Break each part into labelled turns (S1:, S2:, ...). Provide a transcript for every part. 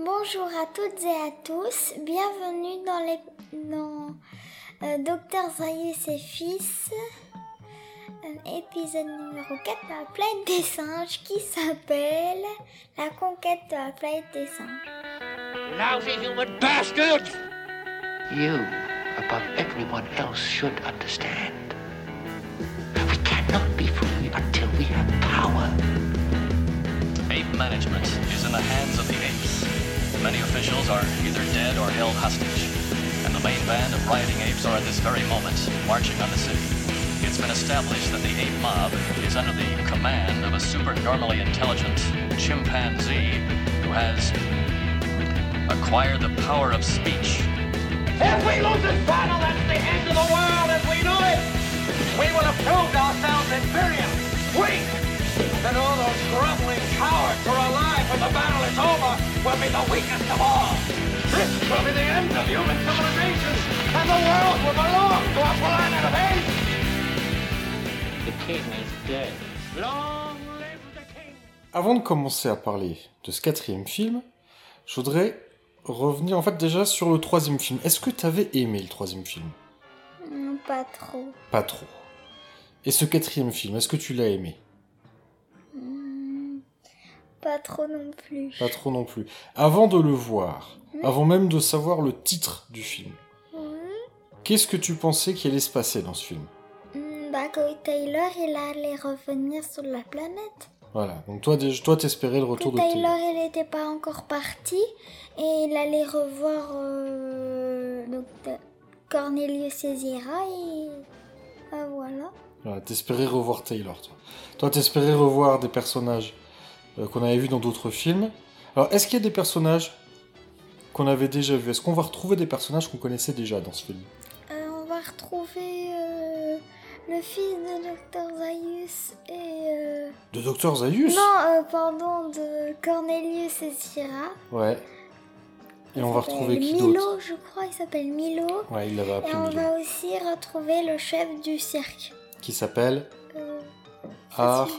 S1: Bonjour à toutes et à tous, bienvenue dans les dans euh, Docteur Zayus et fils, euh, épisode numéro 4 de la planète des singes qui s'appelle La conquête de la planète des singes.
S2: Lousy human bastards!
S3: You, above everyone else, should understand. We cannot be free until we have power.
S4: Ape management is in the hands of the apes. Many officials are either dead or held hostage. And the main band of rioting apes are at this very moment marching on the city. It's been established that the ape mob is under the command of a supernormally intelligent chimpanzee who has acquired the power of speech.
S2: If we lose this battle, that's the end of the world as we know it! We will have proved ourselves inferior, weak! And all those groveling cowards who are alive when the battle is over will be the weakest of all! This will be the end of human civilization, and the world will belong to a planet of apes!
S5: The king is dead.
S2: Long live the king!
S6: Avant de commencer à parler de ce quatrième film, je voudrais revenir en fait déjà sur le troisième film. Est-ce que t'avais aimé le troisième film
S1: Non, Hmm, pas trop.
S6: Pas trop. Et ce quatrième film, est-ce que tu l'as aimé
S1: Hmm, pas trop non plus.
S6: Pas trop non plus. Avant de le voir, avant même de savoir le titre du film,
S1: Hmm,
S6: qu'est-ce que tu pensais qu'il allait se passer dans ce film
S1: hmm, bah, Corey Taylor, il allait revenir sur la planète.
S6: Voilà. Donc toi, déjà- toi, t'espérais le
S1: Que
S6: retour de
S1: Taylor,
S6: Taylor.
S1: il n'était pas encore parti et il allait revoir euh, donc, euh, Cornelius Césira et ah, voilà.
S6: Voilà, t'espérais revoir Taylor, toi. Toi, t'espérais revoir des personnages euh, qu'on avait vus dans d'autres films. Alors, est-ce qu'il y a des personnages qu'on avait déjà vus Est-ce qu'on va retrouver des personnages qu'on connaissait déjà dans ce film
S1: Euh, on va retrouver euh, le fils de Dr. Zaius et euh,
S6: De Docteur Zaius
S1: non euh, pardon de Cornelius Césira.
S6: Ouais. Et on va retrouver qui d'autre
S1: Milo, je crois, il s'appelle Milo.
S6: Ouais, il l'avait
S1: Et
S6: appelé
S1: on
S6: Milo.
S1: va aussi retrouver le chef du cirque.
S6: Qui s'appelle
S1: Euh,
S6: Ar...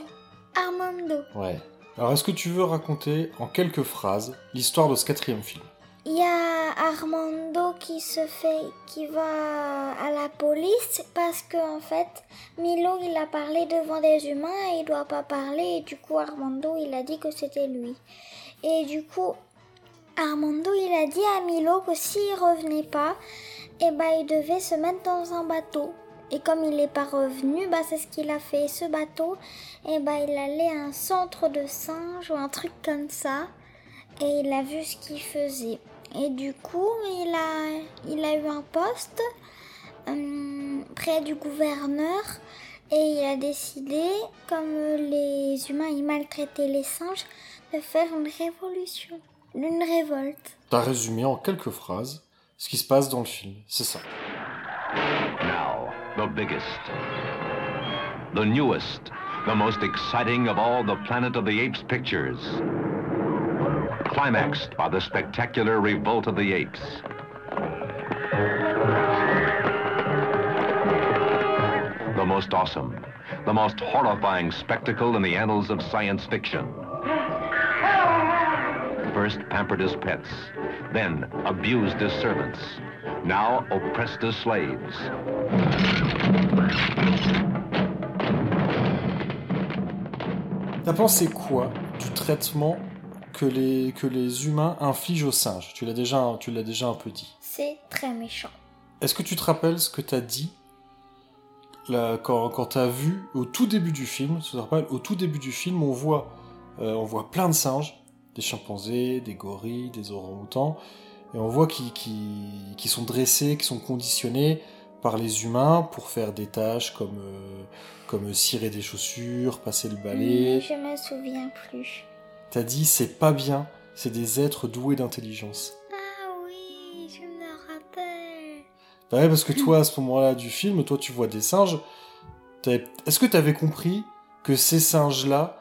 S1: Armando.
S6: Ouais. Alors, est-ce que tu veux raconter en quelques phrases l'histoire de ce quatrième film
S1: Il y a Armando qui se fait, qui va à la police parce que en fait Milo il a parlé devant des humains et il doit pas parler et du coup Armando il a dit que c'était lui. Et du coup Armando il a dit à Milo que s'il revenait pas, et ben il devait se mettre dans un bateau. Et comme il n'est pas revenu, bah c'est ce qu'il a fait. Ce bateau, et ben il allait à un centre de singes ou un truc comme ça et il a vu ce qu'il faisait. Et du coup, il a, il a eu un poste euh, près du gouverneur et il a décidé, comme les humains ils maltraitaient les singes, de faire une révolution, une révolte.
S6: T'as résumé en quelques phrases ce qui se passe dans le film, c'est ça.
S7: Now, the biggest, the newest, the most exciting of all the Planet of the Apes pictures. Climaxed by the spectacular Revolt of the Apes. The most awesome, the most horrifying spectacle in the annals of science fiction. First pampered as pets, then abused as servants, now oppressed as slaves.
S6: T'as pensé quoi du traitement que les, que les humains infligent aux singes Tu l'as déjà, tu l'as déjà un peu dit.
S1: C'est très méchant.
S6: Est-ce que tu te rappelles ce que t'as dit là, quand, quand t'as vu au tout début du film Tu te rappelles Au tout début du film, on voit, euh, on voit plein de singes, des chimpanzés, des gorilles, des orang-outans, et on voit qui qui qui sont dressés, qui sont conditionnés par les humains pour faire des tâches comme euh, comme cirer des chaussures, passer le balai.
S1: Mais Je me souviens plus.
S6: T'as dit c'est pas bien, c'est des êtres doués d'intelligence.
S1: Ah oui, je me rappelle.
S6: Bah ouais, parce que toi, à ce moment-là du film, toi, tu vois des singes. T'avais- Est-ce que t'avais compris que ces singes-là.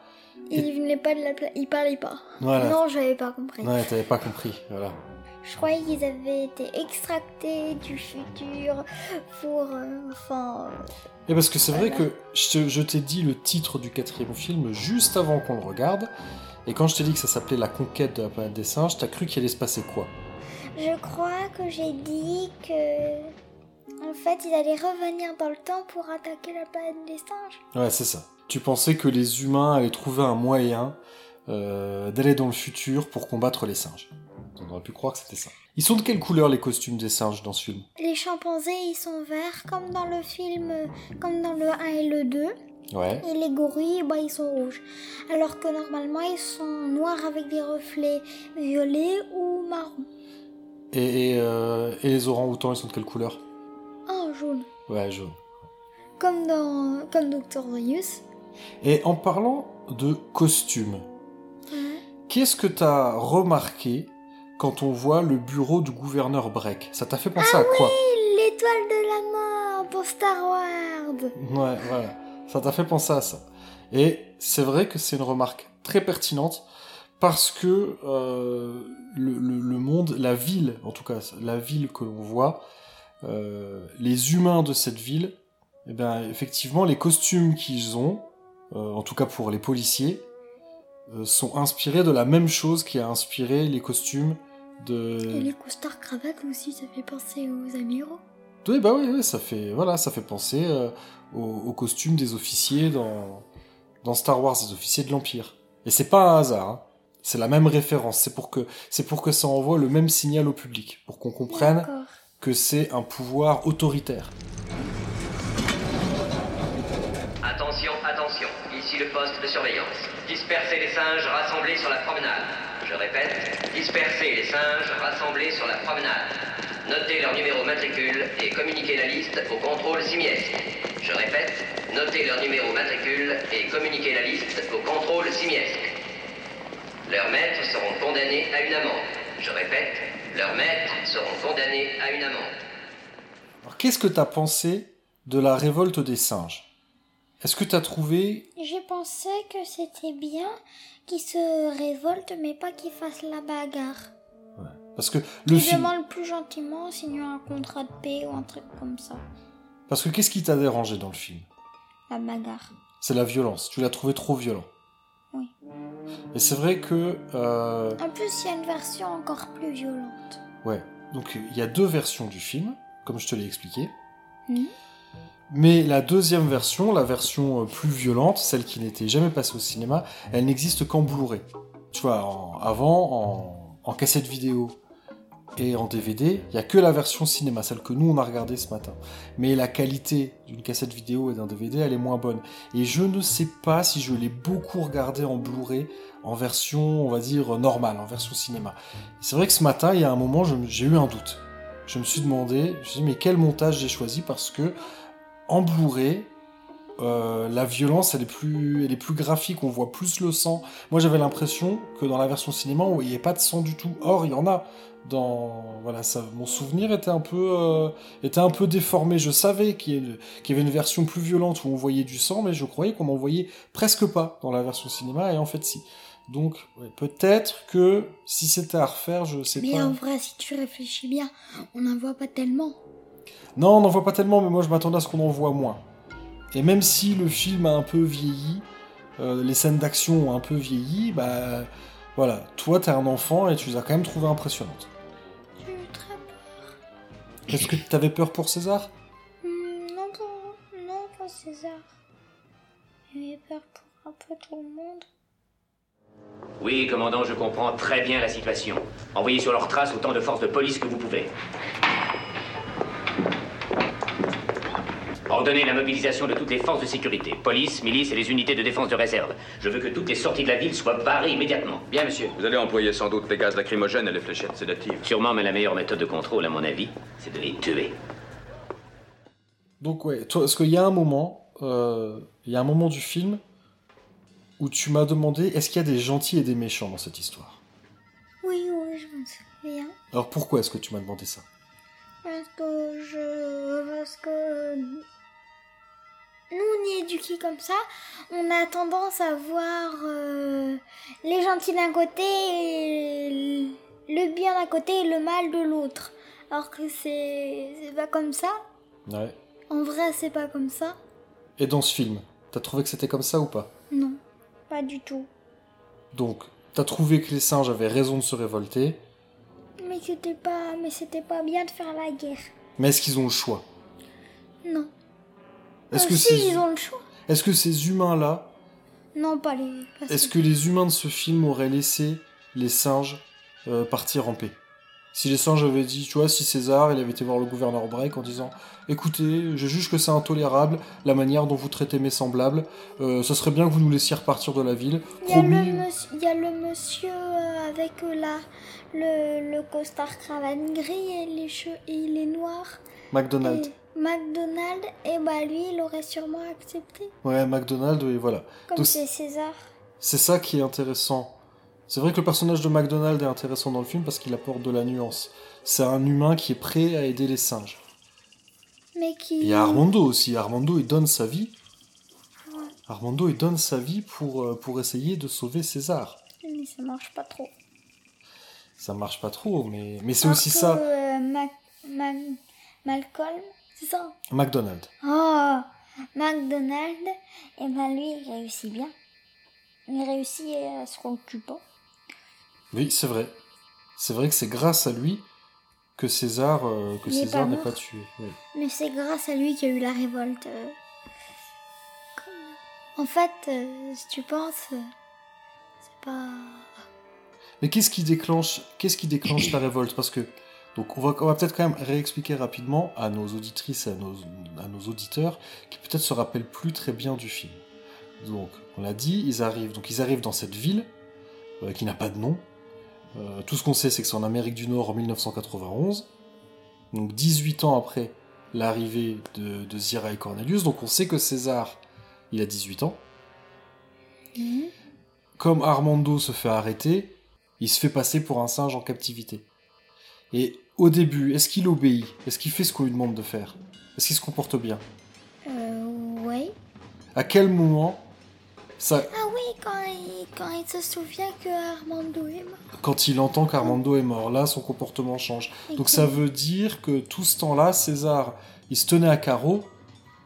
S1: Il venait pas de la pla- il parlait pas.
S6: Voilà.
S1: Non, je n'avais pas compris.
S6: Ouais, t'avais pas compris, voilà.
S1: Je croyais qu'ils avaient été extractés du futur pour. euh, enfin.
S6: Et parce que c'est vrai
S1: Voilà.
S6: que je, te- je t'ai dit le titre du quatrième film juste avant qu'on le regarde, Et quand je t'ai dit que ça s'appelait La conquête de la planète des singes, t'as cru qu'il allait se passer quoi
S1: Je crois que j'ai dit que. En fait, ils allaient revenir dans le temps pour attaquer la planète des singes.
S6: Ouais, c'est ça. Tu pensais que les humains allaient trouver un moyen euh, d'aller dans le futur pour combattre les singes. On aurait pu croire que c'était ça. Ils sont de quelle couleur les costumes des singes dans ce film
S1: Les chimpanzés, ils sont verts, comme dans le film, euh, comme dans le 1 et le 2.
S6: Ouais.
S1: Et les gorilles, bah, ils sont rouges. Alors que normalement, ils sont noirs avec des reflets violets ou marron.
S6: Et, et, euh, et les orangs-outans, ils sont de quelle couleur
S1: Un jaune.
S6: Ouais, jaune.
S1: Ah, Comme dans comme Dr. Zaius.
S6: Et en parlant de costumes, qu'est-ce que t'as remarqué quand on voit le bureau du gouverneur Breck Ça t'a fait penser à quoi
S1: Et l'étoile de la mort pour Star Wars.
S6: Ouais, voilà. Ça t'a fait penser à ça. Et c'est vrai que c'est une remarque très pertinente parce que euh, le, le- le monde, la ville, en tout cas la ville que l'on voit, euh, les humains de cette ville, eh ben, effectivement, les costumes qu'ils ont, euh, en tout cas pour les policiers, euh, sont inspirés de la même chose qui a inspiré les costumes
S1: Et
S6: de.
S1: les costards cravates aussi, ça fait penser aux amiraux.
S6: Oui, bah oui, oui, ça fait voilà, ça fait penser euh, aux, aux costumes des officiers dans dans Star Wars, des officiers de l'Empire. Et c'est pas un hasard. hein. C'est la même référence. C'est pour que c'est pour que ça envoie le même signal au public, pour qu'on comprenne
S1: D'accord.
S6: que c'est un pouvoir autoritaire.
S8: Attention, attention, ici le poste de surveillance. Dispersez les singes rassemblés sur la promenade. Je répète, dispersez les singes rassemblés sur la promenade. Notez leur numéro matricule et communiquez la liste au contrôle simiesque. Je répète, notez leur numéro matricule et communiquez la liste au contrôle simiesque. Leurs maîtres seront condamnés à une amende. Je répète, leurs maîtres seront condamnés à une amende.
S6: Alors qu'est-ce que t'as pensé de la révolte des singes Est-ce que t'as trouvé
S1: J'ai pensé que c'était bien qu'ils se révoltent, mais pas qu'ils fassent la bagarre.
S6: parce que le
S1: Ils
S6: film
S1: demandent plus gentiment signer un contrat de paix ou un truc comme ça.
S6: parce que qu'est-ce qui t'a dérangé dans le film
S1: La bagarre.
S6: C'est la violence. Tu l'as trouvé trop violent.
S1: Oui.
S6: Et c'est vrai que euh,
S1: En plus, il y a une version encore plus violente.
S6: Ouais. Donc il y a deux versions du film, comme je te l'ai expliqué.
S1: Mhm.
S6: Mais la deuxième version, la version euh, plus violente, celle qui n'était jamais passée au cinéma, elle n'existe qu'en Blu-ray. Tu vois, en- avant, en, en cassette vidéo et en DVD, il n'y a que la version cinéma, celle que nous on a regardée ce matin. Mais la qualité d'une cassette vidéo et d'un DVD, elle est moins bonne. Et je ne sais pas si je l'ai beaucoup regardée en Blu-ray, en version, on va dire, normale, en version cinéma. C'est vrai que ce matin, il y a un moment, je me- j'ai eu un doute. Je me suis demandé, je me suis dit, mais quel montage j'ai choisi Parce que, en Blu-ray, euh, la violence, elle est, plus, elle est plus graphique, on voit plus le sang. Moi, j'avais l'impression que dans la version cinéma, on voyait pas de sang du tout. Or, il y en a. Dans, voilà, ça, mon souvenir était un peu, euh, était un peu déformé. Je savais qu'il y, avait- qu'il y avait une version plus violente où on voyait du sang, mais je croyais qu'on n'en voyait presque pas dans la version cinéma, et en fait, si. Donc, ouais, peut-être que si c'était à refaire, je sais
S1: Mais
S6: pas.
S1: en vrai, si tu réfléchis bien, on n'en voit pas tellement.
S6: Non, on n'en voit pas tellement, mais moi je m'attendais à ce qu'on en voit moins. Et même si le film a un peu vieilli, euh, les scènes d'action ont un peu vieilli, bah voilà, toi t'es un enfant et tu les as quand même trouvées impressionnantes.
S1: J'ai eu très peur.
S6: Est-ce que t'avais peur pour César
S1: Hmm, non, pour... non, pour César. J'ai eu peur pour un peu tout le monde.
S9: Oui, commandant, je comprends très bien la situation. Envoyez sur leurs traces autant de forces de police que vous pouvez. Ordonnez la mobilisation de toutes les forces de sécurité, police, milice et les unités de défense de réserve. Je veux que toutes les sorties de la ville soient barrées immédiatement. Bien, monsieur.
S10: Vous allez employer sans doute des gaz lacrymogènes et les fléchettes sédatives.
S9: Sûrement, mais la meilleure méthode de contrôle, à mon avis, c'est de les tuer.
S6: Donc ouais, toi, parce qu'il y a un moment, euh, il y a un moment du film où tu m'as demandé est-ce qu'il y a des gentils et des méchants dans cette histoire.
S1: Oui, oui, je me souviens.
S6: Alors pourquoi est-ce que tu m'as demandé ça
S1: Parce que je. Parce que. Nous, on est éduqués comme ça. On a tendance à voir euh, les gentils d'un côté, et le bien d'un côté et le mal de l'autre. Alors que c'est. C'est pas comme ça.
S6: Ouais.
S1: En vrai, c'est pas comme ça.
S6: Et dans ce film, t'as trouvé que c'était comme ça ou pas
S1: Non, pas du tout.
S6: Donc, t'as trouvé que les singes avaient raison de se révolter,
S1: Mais c'était pas, mais c'était pas bien de faire la guerre.
S6: mais est-ce qu'ils ont le choix
S1: Non.
S6: Est-ce
S1: Euh,
S6: que,
S1: si,
S6: ces-
S1: ils ont le choix.
S6: est-ce que ces humains-là
S1: Non, pas les. pas
S6: Est-ce
S1: ceux-
S6: que les humains de ce film auraient laissé les singes euh, partir en paix Si les singes avaient dit, tu vois, si César, il avait été voir le gouverneur Break en disant Écoutez, je juge que c'est intolérable la manière dont vous traitez mes semblables, euh, ça serait bien que vous nous laissiez repartir de la ville.
S1: Il y a le
S6: Promis.
S1: monsieur, il y a le monsieur euh, avec euh, la, le, le costard cravate gris et les cheveux, et il est noir.
S6: McDonald's.
S1: Et McDonald, et bah lui, il aurait sûrement accepté.
S6: Ouais, McDonald's, et voilà.
S1: Comme
S6: Donc,
S1: c'est César.
S6: C'est ça qui est intéressant. C'est vrai que le personnage de McDonald est intéressant dans le film parce qu'il apporte de la nuance. C'est un humain qui est prêt à aider les singes.
S1: Mais qui.
S6: Et il y a Armando aussi. Armando, il donne sa vie. Armando, il donne sa vie pour, euh, pour essayer de sauver César.
S1: Mais ça marche pas trop.
S6: Ça marche pas trop, mais, mais c'est
S1: Alors
S6: aussi
S1: que,
S6: ça.
S1: euh, Mac- Mac- Malcolm, c'est ça
S6: McDonald.
S1: Oh McDonald, et ben lui, il réussit bien. Il réussit à se occupant.
S6: Oui, c'est vrai. C'est vrai que c'est grâce à lui que César, euh, que
S1: Il est
S6: César
S1: pas
S6: n'est
S1: mort.
S6: pas tué. Oui.
S1: Mais c'est grâce à lui qu'il y a eu la révolte. euh. Comme- En fait, euh, si tu penses, euh, c'est pas.
S6: Mais qu'est-ce qui déclenche, qu'est-ce qui déclenche la révolte Parce que donc on va, on va peut-être quand même réexpliquer rapidement à nos auditrices et à nos, à nos auditeurs qui peut-être se rappellent plus très bien du film. Donc on l'a dit, ils arrivent donc ils arrivent dans cette ville euh, qui n'a pas de nom. Euh, tout ce qu'on sait c'est que c'est en Amérique du Nord en 1991. Donc 18 ans après l'arrivée de, de Zira et Cornelius, donc on sait que César il a 18 ans. Comme Armando se fait arrêter, il se fait passer pour un singe en captivité. Et au début, est-ce qu'il obéit Est-ce qu'il fait ce qu'on lui demande de faire Est-ce qu'il se comporte bien
S1: Euh, ouais.
S6: À quel moment ça,
S1: Ah oui, quand il, quand il se souvient que Armando est mort.
S6: quand il entend qu'Armando est mort, là, son comportement change. Donc ça veut dire que tout ce temps-là, César, il se tenait à carreau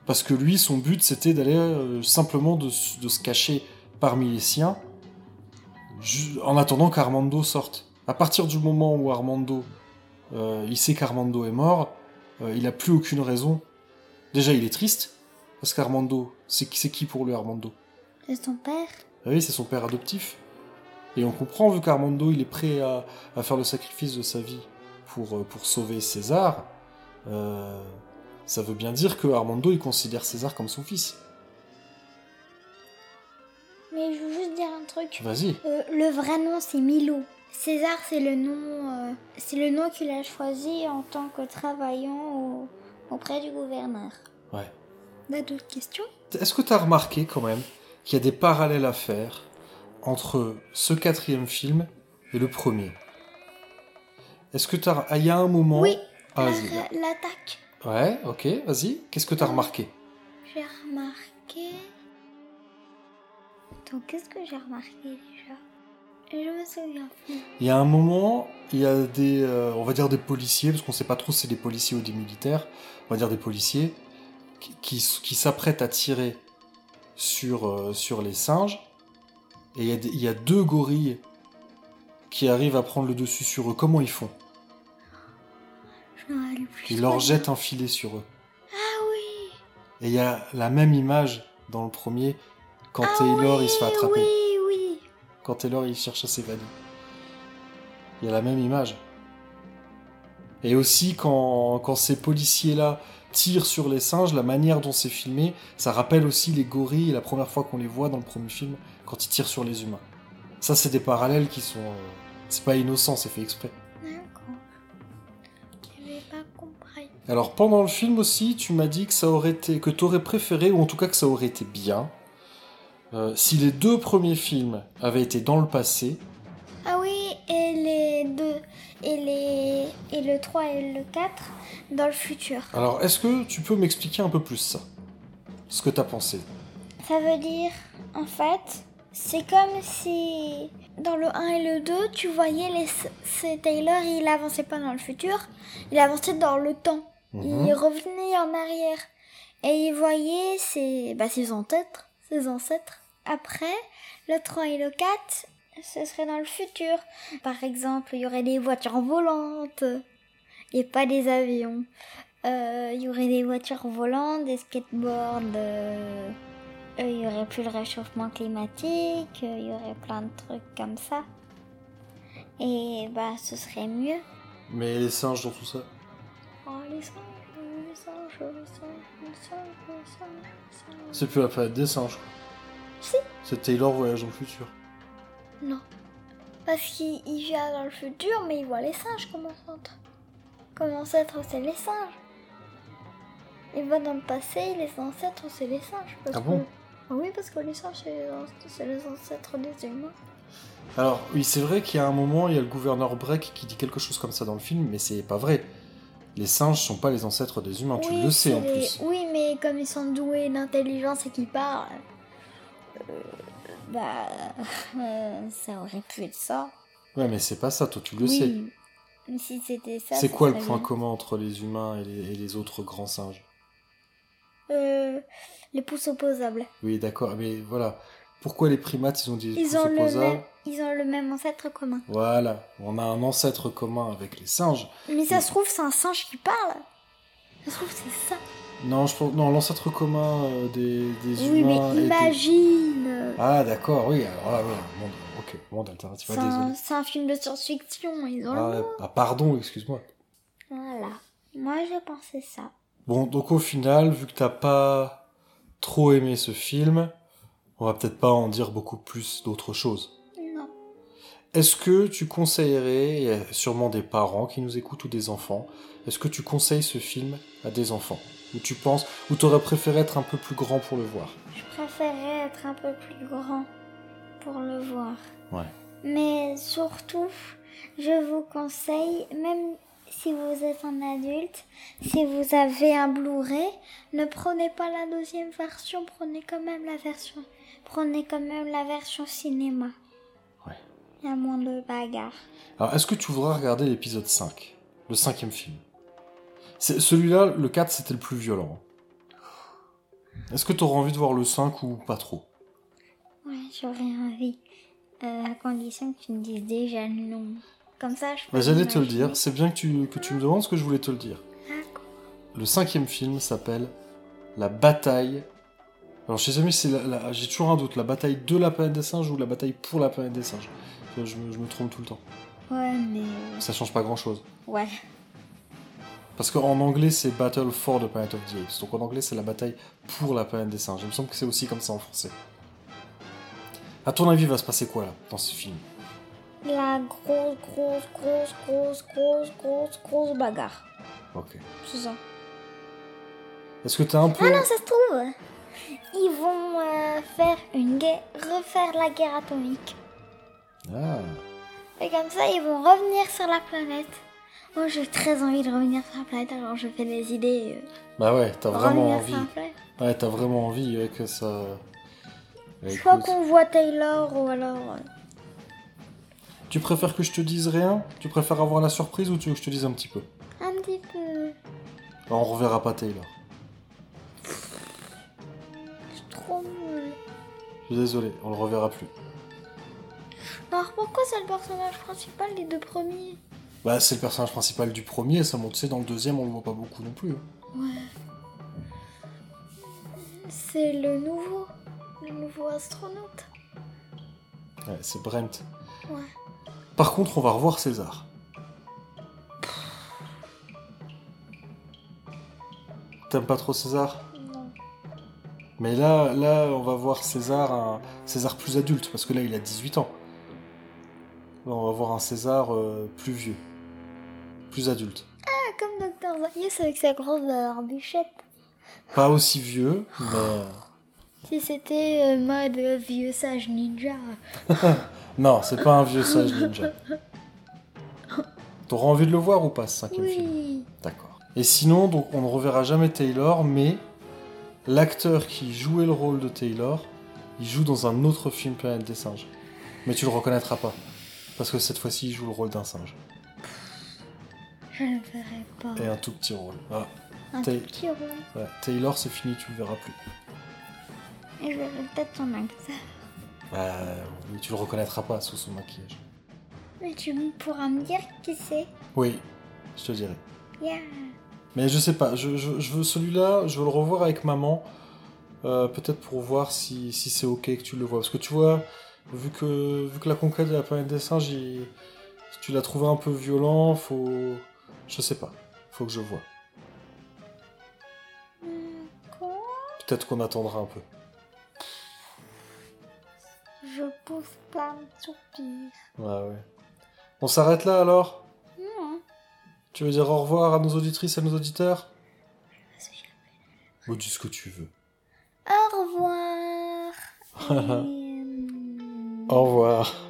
S6: parce que lui, son but, c'était d'aller euh, simplement de, s- de se cacher parmi les siens ju- en attendant qu'Armando sorte. À partir du moment où Armando, euh, il sait qu'Armando est mort, euh, il n'a plus aucune raison. Déjà, il est triste parce qu'Armando, c'est c'est qui pour lui Armando
S1: C'est son père.
S6: ah oui, c'est son père adoptif. Et on comprend, vu qu'Armando, il est prêt à, à faire le sacrifice de sa vie pour, euh, pour sauver César, euh, ça veut bien dire que Armando, il considère César comme son fils.
S1: Mais je veux juste dire un truc.
S6: Vas-y.
S1: Euh, le vrai nom, c'est Milo. César, c'est le nom, euh, c'est le nom qu'il a choisi en tant que travaillant au- auprès du gouverneur.
S6: Ouais.
S1: T'as d'autres questions
S6: Est-ce que t'as remarqué, quand même, qu'il y a des parallèles à faire entre ce quatrième film et le premier Est-ce que t'as... Ah, il y a un moment...
S1: Oui.
S6: Ah, vas-y.
S1: La- L'attaque.
S6: Ouais, ok, vas-y. Qu'est-ce que t'as remarqué
S1: J'ai remarqué. Donc, qu'est-ce que j'ai remarqué déjà Je me souviens plus.
S6: Il y a un moment, il y a des, euh, on va dire des policiers, parce qu'on sait pas trop si c'est des policiers ou des militaires, on va dire des policiers, qui, qui, s- qui s'apprêtent à tirer sur, euh, sur les singes. Et il y, a des- il y a deux gorilles qui arrivent à prendre le dessus sur eux. Comment ils font
S1: Je me rappelle plus.
S6: Ils leur
S1: trop.
S6: jettent un filet sur eux.
S1: Ah oui.
S6: Et il y a la même image dans le premier, quand
S1: Ah
S6: Taylor
S1: oui,
S6: il se fait attraper.
S1: Oui, oui.
S6: Quand Taylor il cherche à s'évader. Il y a la même image. Et aussi quand, quand ces policiers-là tirent sur les singes, la manière dont c'est filmé, ça rappelle aussi les gorilles et la première fois qu'on les voit dans le premier film quand ils tirent sur les humains. Ça c'est des parallèles qui sont... euh, c'est pas innocent, c'est fait exprès.
S1: D'accord. J'avais pas compris.
S6: Alors pendant le film aussi, tu m'as dit que ça aurait été, que t'aurais préféré, ou en tout cas que ça aurait été bien, euh, si les deux premiers films avaient été dans le passé,
S1: Ah oui, et les deux, et les et le 3 et le 4 dans le futur.
S6: Alors, est-ce que tu peux m'expliquer un peu plus ça Ce que t'as pensé
S1: Ça veut dire en fait, c'est comme si dans le 1 et le 2, tu voyais les c'est Taylor, il avançait pas dans le futur, il avançait dans le temps.
S6: Mhm.
S1: Il revenait en arrière et il voyait ses bah, ses ancêtres, ses ancêtres. Après, le 3 et le 4, ce serait dans le futur. Par exemple, il y aurait des voitures volantes et pas des avions. Euh, Il y aurait des voitures volantes, des skateboards. euh, euh, Il y aurait plus le réchauffement climatique. euh, Il y aurait plein de trucs comme ça. Et bah, ce serait mieux.
S6: Mais les singes dans tout ça.
S1: Oh, les singes, les singes, les singes, les singes, les singes, les singes.
S6: C'est plus la planète des singes.
S1: Si.
S6: C'est Taylor Voyage dans le futur.
S1: Non. Parce qu'il il vient dans le futur, mais il voit les singes comme ancêtres. Comme ancêtres, c'est les singes. Il va dans le passé, les ancêtres, c'est les singes. parce
S6: Ah bon
S1: que- Ah Oui, parce que les singes, c'est les, anc- c'est les ancêtres des humains.
S6: Alors, oui, c'est vrai qu'il y a un moment, il y a le gouverneur Breck qui dit quelque chose comme ça dans le film, mais c'est pas vrai. Les singes sont pas les ancêtres des humains, tu
S1: oui,
S6: le sais
S1: c'est
S6: en
S1: les-
S6: plus.
S1: Oui, mais comme ils sont doués d'intelligence et qu'ils parlent, euh, bah, euh, ça aurait pu être ça.
S6: Ouais, mais c'est pas ça, toi tu le
S1: oui.
S6: sais.
S1: mais Si c'était ça.
S6: C'est
S1: ça
S6: quoi le
S1: serait
S6: point
S1: bien.
S6: commun entre les humains et les, et les autres grands singes
S1: Euh, Les pouces opposables.
S6: Oui, d'accord, mais voilà. Pourquoi les primates, ils ont des pouces
S1: Ils ont, le
S6: opposables
S1: même, ils ont le même ancêtre commun.
S6: Voilà, on a un ancêtre commun avec les singes.
S1: Mais ça se trouve, c'est un singe qui parle. Ça se trouve, c'est ça.
S6: Non, je pense... non l'ancêtre commun euh, des, des
S1: oui,
S6: humains. et
S1: mais
S6: des-
S1: imagine
S6: Ah, d'accord, oui, alors là, ouais, monde... ok, monde alternatif,
S1: C'est
S6: ah, désolé.
S1: un, c'est un film de science-fiction, ils ont
S6: Ah,
S1: le
S6: ouais,
S1: nom.
S6: ah, pardon, excuse-moi.
S1: Voilà. Moi, je pensais ça.
S6: Bon, donc au final, vu que t'as pas trop aimé ce film, on va peut-être pas en dire beaucoup plus d'autres choses.
S1: Non.
S6: Est-ce que tu conseillerais, et il y a sûrement des parents qui nous écoutent ou des enfants, est-ce que tu conseilles ce film à des enfants Ou tu penses, ou t'aurais préféré être un peu plus grand pour le voir
S1: Je préférais être un peu plus grand pour le voir.
S6: Ouais.
S1: Mais surtout, je vous conseille, même si vous êtes un adulte, si vous avez un Blu-ray, ne prenez pas la deuxième version, prenez quand même la version, prenez quand même la version cinéma.
S6: Ouais.
S1: Il y a moins de bagarres.
S6: Alors, est-ce que tu voudras regarder l'épisode 5 Le cinquième film C'est- Celui-là, le 4, c'était le plus violent. Est-ce que t'auras envie de voir le 5 ou pas trop
S1: Ouais, j'aurais envie, euh, à condition que tu me dises déjà le nom. Comme ça, je peux.
S6: Bah, J'allais te le
S1: imaginer. Ah,
S6: dire, c'est bien que tu, que tu me demandes ce que je voulais te le dire.
S1: D'accord.
S6: Le cinquième film s'appelle La bataille. Alors je sais jamais si c'est la- la- j'ai toujours un doute, la bataille de la planète des singes ou la bataille pour la planète des singes. Je, je me, je me trompe tout le temps.
S1: Ouais, mais.
S6: Ça change pas grand chose.
S1: Ouais.
S6: Parce qu'en anglais c'est Battle for the Planet of the Apes. Donc en anglais c'est la bataille pour la planète des singes. Il me semble que c'est aussi comme ça en français. À ton avis, il va se passer quoi là dans ce film
S1: La grosse, grosse, grosse, grosse, grosse, grosse, grosse bagarre.
S6: Ok.
S1: C'est ça.
S6: Est-ce que t'as un peu.
S1: Ah non, ça se trouve. Ils vont euh, faire une guerre, refaire la guerre atomique.
S6: Ah.
S1: Et comme ça, ils vont revenir sur la planète. Moi, j'ai très envie de revenir sur la planète, alors je fais des idées. euh,
S6: Bah ouais, t'as vraiment
S1: revenir
S6: envie.
S1: sur la planète.
S6: Ouais, t'as vraiment envie ouais, que ça. Ouais,
S1: Soit
S6: Bah, écoute.
S1: qu'on voit Taylor ou alors. euh,
S6: Tu préfères que je te dise rien Tu préfères avoir la surprise ou tu veux que je te dise un petit peu
S1: un petit peu.
S6: On reverra pas Taylor.
S1: C'est trop nul.
S6: Je suis désolé, on le reverra plus.
S1: Alors pourquoi c'est le personnage principal des deux premiers
S6: Bah, c'est le personnage principal du premier, ça monte, tu sais, dans le deuxième, on le voit pas beaucoup non plus. hein.
S1: C'est le nouveau. Le nouveau astronaute.
S6: Ouais, c'est Brent.
S1: Ouais.
S6: Par contre, on va revoir César. T'aimes pas trop César
S1: Non.
S6: Mais là, là, on va voir César, un César plus adulte, parce que là, il a 18 ans. Là, on va voir un César euh, plus vieux, plus adulte.
S1: Ah, comme Docteur Zayus avec sa euh, grosse barbichette.
S6: Pas aussi vieux, mais...
S1: Si c'était euh, mode euh, vieux sage ninja.
S6: Non, c'est pas un vieux sage ninja. T'auras envie de le voir ou pas, ce cinquième film
S1: Oui.
S6: D'accord. Et sinon, donc, on ne reverra jamais Taylor, mais l'acteur qui jouait le rôle de Taylor, il joue dans un autre film Planète des singes. Mais tu le reconnaîtras pas, parce que cette fois-ci, il joue le rôle d'un singe.
S1: Je ne ferai pas.
S6: Et un tout petit rôle. Ah,
S1: Un
S6: t'es-
S1: tout petit rôle.
S6: voilà. Taylor, c'est fini, tu le verras plus.
S1: Et je verrai peut-être son acteur.
S6: Bah, oui, tu le reconnaîtras pas sous son maquillage.
S1: Mais tu pourras me dire qui c'est.
S6: Oui, je te dirai.
S1: Yeah.
S6: Mais je sais pas, je, je- je veux celui-là, je veux le revoir avec maman, euh, peut-être pour voir si, si c'est ok que tu le vois. Parce que tu vois, vu que, vu que la conquête de la planète des singes, il- si tu l'as trouvé un peu violent, faut. Je sais pas, faut que je vois.
S1: Hmm, quoi
S6: Peut-être qu'on attendra un peu.
S1: Je pousse pas un soupir.
S6: Ouais, ouais. On s'arrête là alors
S1: Non.
S6: Tu veux dire au revoir à nos auditrices et nos auditeurs
S1: Ah,
S6: Ou dis ce que tu veux.
S1: Au revoir. Et, euh,
S6: Au revoir.